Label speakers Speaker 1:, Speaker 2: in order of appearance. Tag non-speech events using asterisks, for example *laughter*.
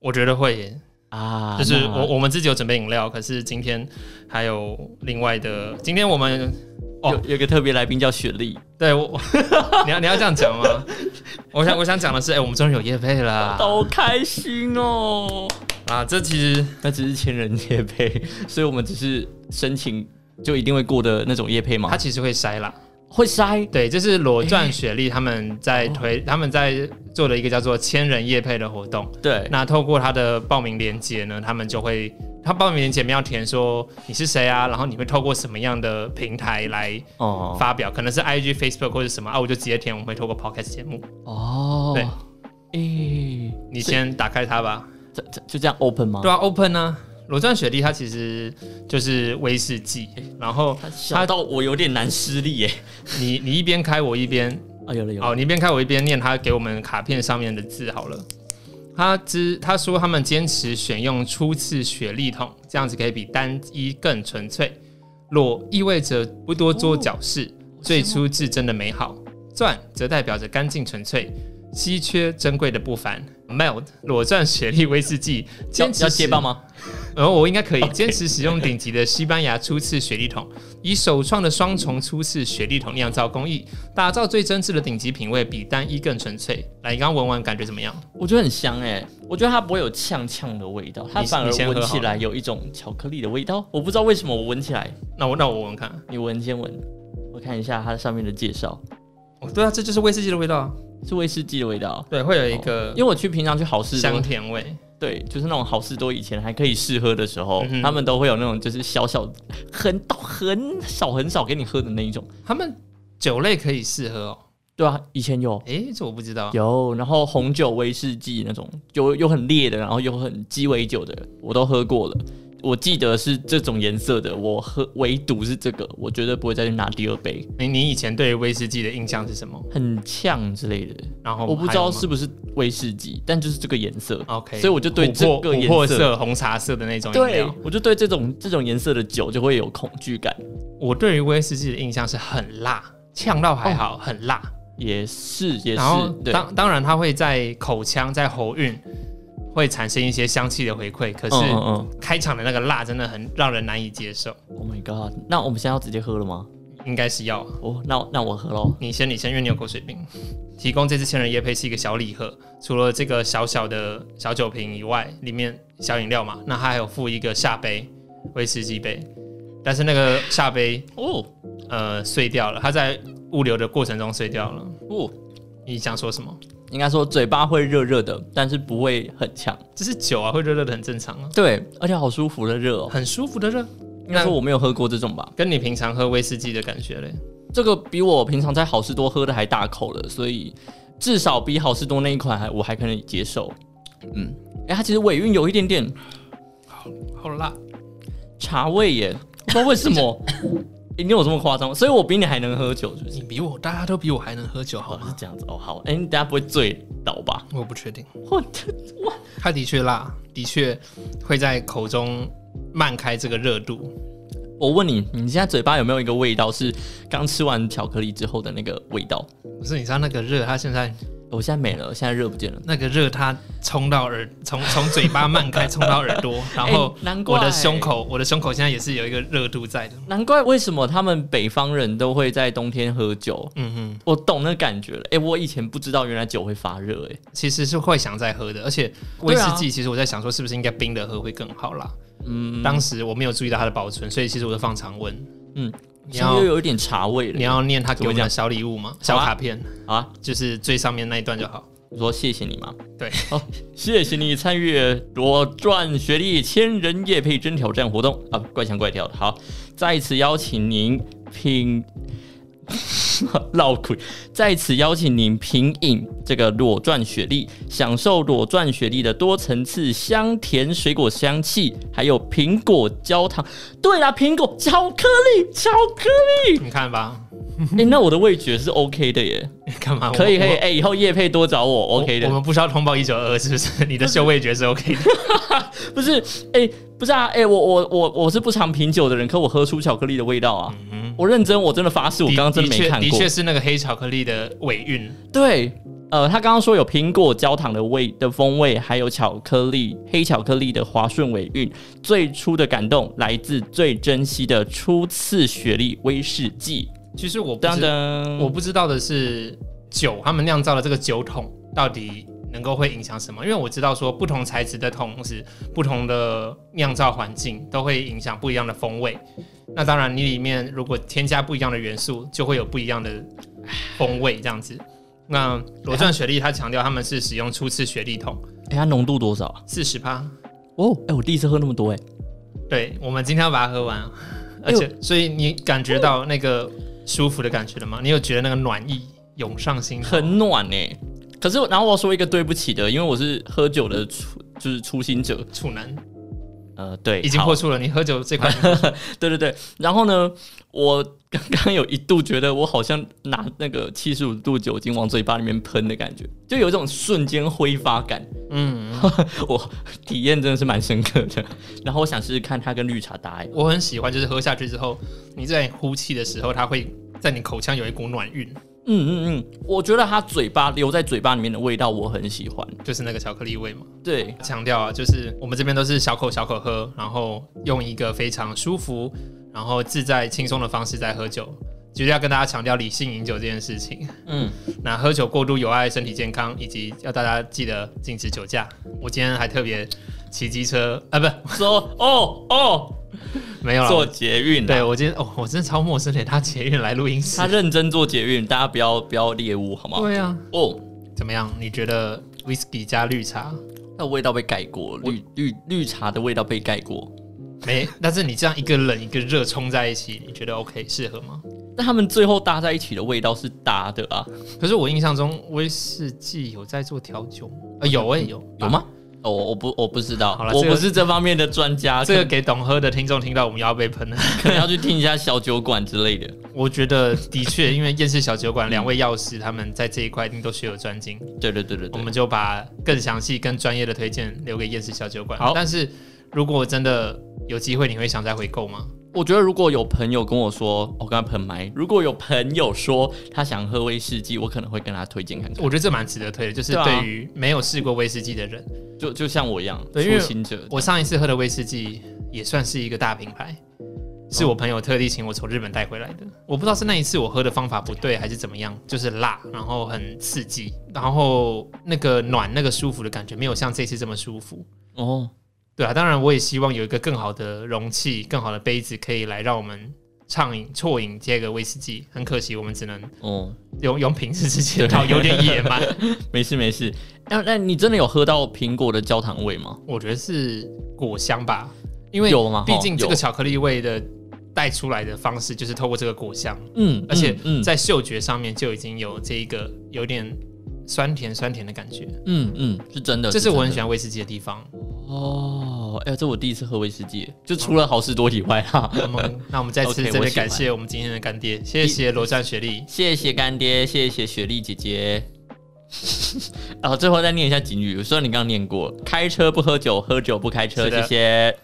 Speaker 1: 我觉得会耶，
Speaker 2: 啊，
Speaker 1: 就是
Speaker 2: 那
Speaker 1: 我我们自己有准备饮料，可是今天还有另外的，今天我们哦
Speaker 2: 有有个特别来宾叫雪莉，
Speaker 1: 对我， *laughs* 我你要你要这样讲吗？我想我想讲的是，哎、我们终于有夜配啦！
Speaker 2: 好开心哦！
Speaker 1: 啊，这其实
Speaker 2: *laughs* 那只是千人夜配，所以我们只是申请就一定会过的那种夜配
Speaker 1: 它
Speaker 2: 嘛，
Speaker 1: 其实会筛啦，
Speaker 2: 会筛
Speaker 1: 对，这是
Speaker 2: 哎
Speaker 1: 裸钻雪莉他们
Speaker 2: 哦
Speaker 1: 在推，他们在做的一个叫做千人夜配的活动。
Speaker 2: 对
Speaker 1: 那透过他的报名链接呢，他们就会，他报名链接里面要填说你是谁啊，然后你会透过什么样的平台来
Speaker 2: 哦
Speaker 1: 发表，可能是 IG、Facebook 或者什么啊，我就直接填，我们会透过 Podcast 节目，
Speaker 2: 哦，
Speaker 1: 对
Speaker 2: 诶，
Speaker 1: 你
Speaker 2: 所以哦
Speaker 1: 先打开它吧。
Speaker 2: 这这就这样 open 吗？
Speaker 1: 对啊，Open 啊，裸钻雪莉它其实就是威士忌，然后
Speaker 2: 他小到我有点难施力耶。
Speaker 1: 你你一边开我一边
Speaker 2: 啊，有了有了，
Speaker 1: 哦，你一边开我一边念他给我们卡片上面的字好了。他之他说他们坚持选用初次雪莉桶，这样子可以比单一更纯粹。裸意味着不多做矫饰，
Speaker 2: 哦
Speaker 1: 最初至真的美好；钻则代表着干净纯粹，稀缺珍贵的不凡。Melt 裸钻雪莉威士忌，
Speaker 2: 要
Speaker 1: 坚持
Speaker 2: 要接
Speaker 1: 使
Speaker 2: 棒吗？
Speaker 1: 然后我应该可以坚持使用顶级的西班牙初次雪莉桶，以首创的双重初次雪莉桶酿造工艺，打造最真挚的顶级品味，比单一更纯粹。来，你刚刚闻完感觉怎么样？
Speaker 2: 我觉得很香哎、我觉得它不会有呛呛的味道，它
Speaker 1: 你
Speaker 2: 反而
Speaker 1: 你先喝
Speaker 2: 闻
Speaker 1: 好
Speaker 2: 起来有一种巧克力的味道。我不知道为什么我闻起来，
Speaker 1: 那我那我闻看。
Speaker 2: 你闻先闻，我看一下它上面的介绍，
Speaker 1: 哦，对啊，这就是威士忌的味道啊。
Speaker 2: 是威士忌的味道。
Speaker 1: 对，会有一个
Speaker 2: 哦因为我去平常去好事
Speaker 1: 香
Speaker 2: 多，
Speaker 1: 甜味。
Speaker 2: 对，就是那种好事多以前还可以试喝的时候，
Speaker 1: 嗯哼
Speaker 2: 他们都会有那种就是小小很到很少很少给你喝的那一种，
Speaker 1: 他们酒类可以试喝哦。
Speaker 2: 对啊，以前有
Speaker 1: 诶，这我不知道。
Speaker 2: 有，然后红酒、威士忌那种，有有很烈的，然后有很鸡尾酒的，我都喝过了。我记得是这种颜色的，我喝唯独是这个，我绝对不会再去拿第二杯，
Speaker 1: 你你以前对威士忌的印象是什么？
Speaker 2: 很呛之类的。
Speaker 1: 然后
Speaker 2: 我不
Speaker 1: 哦还有
Speaker 2: 知道
Speaker 1: 吗哦
Speaker 2: 是不是威士忌，但就是这个颜色，
Speaker 1: OK，
Speaker 2: 所以我就对
Speaker 1: 琥
Speaker 2: 这
Speaker 1: 珀
Speaker 2: 个
Speaker 1: 琥
Speaker 2: 颜
Speaker 1: 珀
Speaker 2: 色
Speaker 1: 色、红茶色的那种饮
Speaker 2: 对
Speaker 1: 料。，
Speaker 2: 我就对这种这种颜色的酒就会有恐惧感。
Speaker 1: 我对于威士忌的印象是很辣，呛到还
Speaker 2: 哦
Speaker 1: 好，很辣。
Speaker 2: 也是也是
Speaker 1: 然后，
Speaker 2: 对，
Speaker 1: 当当然它会在口腔、在喉韵会产生一些香气的回馈，可
Speaker 2: 嗯
Speaker 1: 是
Speaker 2: 嗯
Speaker 1: 开场的那个辣真的很让人难以接受，
Speaker 2: 嗯，Oh my god，那我们现在要直接喝了吗？
Speaker 1: 应该是要
Speaker 2: 哦，那那我喝喽。
Speaker 1: 你先，你先，因为你有口水病。提供这次千人夜配是一个小礼盒，除了这个小小的小酒瓶以外，里面小饮料嘛，那它还有附一个下杯威士忌杯，但是那个下杯
Speaker 2: 哦
Speaker 1: 呃碎掉了，它在物流的过程中碎掉了。
Speaker 2: 哦，
Speaker 1: 你想说什么？
Speaker 2: 应该说嘴巴会热热的，但是不会很呛。
Speaker 1: 这是酒啊，会热热的很正常啊，
Speaker 2: 对，而且好舒服的热哦。
Speaker 1: 很舒服的热。
Speaker 2: 应该说我没有喝过这种吧，
Speaker 1: 跟你平常喝威士忌的感觉嘞，
Speaker 2: 这个比我平常在好事多喝的还大口了，所以至少比好事多那一款还我还可能接受。嗯，哎、它其实尾韵有一点点
Speaker 1: 好辣！
Speaker 2: 茶味耶，不知道为
Speaker 1: *laughs*
Speaker 2: 什么。诶你有这么夸张吗？所以我比你还能喝酒，是不是？
Speaker 1: 你比我，大家都比我还能喝酒，好
Speaker 2: 哦，是？这样子哦，好，哎、你等下不会醉倒吧？
Speaker 1: 我不确定，
Speaker 2: 我的
Speaker 1: 它的确辣，的确会在口中漫开这个热度。
Speaker 2: 我问你，你现在嘴巴有没有一个味道是刚吃完巧克力之后的那个味道？
Speaker 1: 不是，你知道那个热，它现在
Speaker 2: 我现在没了，现在热不见了。
Speaker 1: 那个热，它冲到耳，从 *laughs* 从嘴巴漫开，冲到耳 *laughs* 朵，然后
Speaker 2: 哎难怪
Speaker 1: 我的胸口，我的胸口现在也是有一个热度在的。
Speaker 2: 难怪为什么他们北方人都会在冬天喝酒，
Speaker 1: 嗯嗯，
Speaker 2: 我懂那感觉了。哎、我以前不知道原来酒会发热，哎，
Speaker 1: 其实是会想再喝的，而且威士忌，其实我在想说，是不是应该冰的喝会更好啦？
Speaker 2: 嗯
Speaker 1: 当时我没有注意到它的保存，所以其实我都放常温。
Speaker 2: 嗯，
Speaker 1: 你
Speaker 2: 像
Speaker 1: 要
Speaker 2: 又有一点茶味
Speaker 1: 你
Speaker 2: 了。
Speaker 1: 要念他给我
Speaker 2: 怎么
Speaker 1: 们的小礼物吗？小卡片，
Speaker 2: 好啊，
Speaker 1: 就是最上面那一段就好。
Speaker 2: 我说谢谢你嘛，
Speaker 1: 对，
Speaker 2: 哦，谢谢你参与裸赚学历千人夜配真挑战活动啊，怪腔怪调的。好，再次邀请您品。 *laughs* 老鬼，在此邀请您品饮这个裸钻雪莉，享受裸钻雪莉的多层次香甜水果香气，还有苹果焦糖。对啦，苹果巧克力，巧克
Speaker 1: *laughs*
Speaker 2: 力。
Speaker 1: 你看吧，
Speaker 2: 哎、那我的味觉是 OK 的耶，
Speaker 1: 干嘛？
Speaker 2: 可以可以。
Speaker 1: 啊我
Speaker 2: 哎、以后叶配多找我
Speaker 1: 我
Speaker 2: OK 的
Speaker 1: 我。们不需要通报一九二，是不是？你的嗅味觉是 OK 的。
Speaker 2: 不是，哎、不是啊，哎、我我我我是不常品酒的人，可我喝出巧克力的味道啊！ *laughs* 我认真，我真的发誓，我
Speaker 1: 嗯的
Speaker 2: 刚刚真
Speaker 1: 的
Speaker 2: 没
Speaker 1: 确
Speaker 2: 看
Speaker 1: 的
Speaker 2: 过
Speaker 1: 确。是那个黑巧克力的尾韵。
Speaker 2: 对，呃，他刚刚说有苹果焦糖的味的风味，还有巧克力黑巧克力的滑顺尾韵。最初的感动来自最珍惜的初次雪莉威士忌。
Speaker 1: 其实我不
Speaker 2: 当
Speaker 1: 知
Speaker 2: 当，
Speaker 1: 我不知道的是酒，他们酿造的这个酒桶到底能够会影响什么？因为我知道说不同材质的桶子，不同的酿造环境都会影响不一样的风味。那当然，你里面如果添加不一样的元素，就会有不一样的风味这样子。那
Speaker 2: 啊
Speaker 1: 罗钻雪莉它强调他们是使用初次雪莉桶，
Speaker 2: 哎、它浓度多少啊？
Speaker 1: 四十趴。
Speaker 2: 哦，哎、我第一次喝那么多、哎，
Speaker 1: 对，我们今天要把它喝完，啊
Speaker 2: 哎
Speaker 1: 而
Speaker 2: 呦
Speaker 1: 且所以你感觉到那个舒服的感觉了吗？你有觉得那个暖意涌上
Speaker 2: *laughs*
Speaker 1: 心头？
Speaker 2: 很暖哎、可是，然后我要说一个对不起的，因为我是喝酒的初，就是初心者。
Speaker 1: 处男
Speaker 2: 呃，对，
Speaker 1: 已经
Speaker 2: 好
Speaker 1: 破处了，你喝酒这
Speaker 2: *laughs*
Speaker 1: 块
Speaker 2: 对对对，然后呢，我刚刚有一度觉得我好像拿那个七十五度酒精往嘴巴里面喷的感觉，就有一种瞬间挥发感，
Speaker 1: 嗯，
Speaker 2: *laughs* 我体验真的是蛮深刻的。然后我想试试看它跟绿茶搭、欸，
Speaker 1: 我很喜欢，就是喝下去之后，你在呼气的时候，它会在你口腔有一股暖韵，
Speaker 2: 嗯嗯嗯，我觉得它嘴巴留在嘴巴里面的味道我很喜欢。
Speaker 1: 就是那个巧克力味嘛。
Speaker 2: 对，
Speaker 1: 强调啊，就是我们这边都是小口小口喝，然后用一个非常舒服、然后自在轻松的方式在喝酒。就是要跟大家强调理性饮酒这件事情。
Speaker 2: 嗯，
Speaker 1: *laughs* 那喝酒过度有害身体健康，以及要大家记得禁止酒驾。我今天还特别骑机车啊，不，
Speaker 2: 说 *laughs* 哦哦，
Speaker 1: 没有
Speaker 2: 做
Speaker 1: 了。
Speaker 2: 捷运啊
Speaker 1: 对
Speaker 2: 啦，
Speaker 1: 我今天哦，我真的超陌生的，他捷运来录音室
Speaker 2: 他。认真做捷运，大家不要不要猎物好吗？
Speaker 1: 对啊，
Speaker 2: 哦，
Speaker 1: 怎么样？你觉得 whisky 加绿茶
Speaker 2: 那味道被盖过，绿绿绿茶的味道被盖过。
Speaker 1: 没？但是你这样一个冷一个热冲在一起，你觉得 OK 适合吗？
Speaker 2: 那他们最后搭在一起的味道是搭的啊，
Speaker 1: 可是我印象中威士忌有在做调酒吗，啊、有哎、有
Speaker 2: 有？吗？哦，我我不我不知道，
Speaker 1: 好啦
Speaker 2: 我
Speaker 1: 这个
Speaker 2: 不是这方面的专
Speaker 1: *laughs*
Speaker 2: 家，
Speaker 1: 这
Speaker 2: 这
Speaker 1: 个
Speaker 2: 个
Speaker 1: 给懂喝的听众听到，我们又要被 *laughs* 喷了。
Speaker 2: 可能要去听一下小酒馆之类的。
Speaker 1: 我觉得的确，因为厌世小酒馆两位药师他们在这一块一定都学有专 *laughs* 精，
Speaker 2: 对对对对
Speaker 1: 我
Speaker 2: 对，
Speaker 1: 们就把更详细、更专业的推荐留给厌世小酒馆。
Speaker 2: 好
Speaker 1: 但是如果真的有机会，你会想再回购吗？
Speaker 2: 我觉得如果有朋友跟我说，我刚才喷麦，如果有朋友说他想喝威士忌，我可能会跟他推荐看看，
Speaker 1: 我觉得这蛮值得推的，就是
Speaker 2: 对啊
Speaker 1: 对于没有试过威士忌的人，
Speaker 2: 就就像我一样，
Speaker 1: 对因为
Speaker 2: 初心者。
Speaker 1: 我上一次喝的威士忌也算是一个大品牌，是我朋友特地请我从日本带回来的。我不知道是那一次我喝的方法不对还是怎么样，就是辣，然后很刺激，然后那个暖、那个舒服的感觉没有像这次这么舒服。
Speaker 2: 哦，
Speaker 1: 对啊，当然我也希望有一个更好的容器、更好的杯子，可以来让我们畅饮、啜饮这个威士忌。很可惜，我们只能
Speaker 2: 哦，
Speaker 1: 用用瓶子直接倒，有点野蛮。 *laughs*
Speaker 2: 没事没事。那、那你真的有喝到苹果的焦糖味吗？
Speaker 1: 我觉得是果香吧，因为
Speaker 2: 有吗哦
Speaker 1: 毕竟这
Speaker 2: 有
Speaker 1: 个巧克力味的带出来的方式就是透过这个果香，
Speaker 2: 嗯，
Speaker 1: 而且
Speaker 2: 嗯
Speaker 1: 在嗅觉上面就已经有这一个有点酸甜酸甜的感觉，
Speaker 2: 嗯嗯是真的，
Speaker 1: 这是我很
Speaker 2: 真的
Speaker 1: 喜欢威士忌的地方。
Speaker 2: 哦，哎、呀，这我第一次喝威士忌，就除了好事多以外啊哈。
Speaker 1: 那么，那我们再次
Speaker 2: OK，
Speaker 1: 这
Speaker 2: 我
Speaker 1: 边
Speaker 2: 喜欢
Speaker 1: 感谢我们今天的干爹，谢谢罗山雪莉。
Speaker 2: *laughs* 谢谢干爹，谢谢雪莉姐姐。 *laughs* 然后最后再念一下警语，虽然你刚刚念过，开车不喝酒，喝酒不开车，
Speaker 1: 是
Speaker 2: 谢
Speaker 1: 的
Speaker 2: 谢。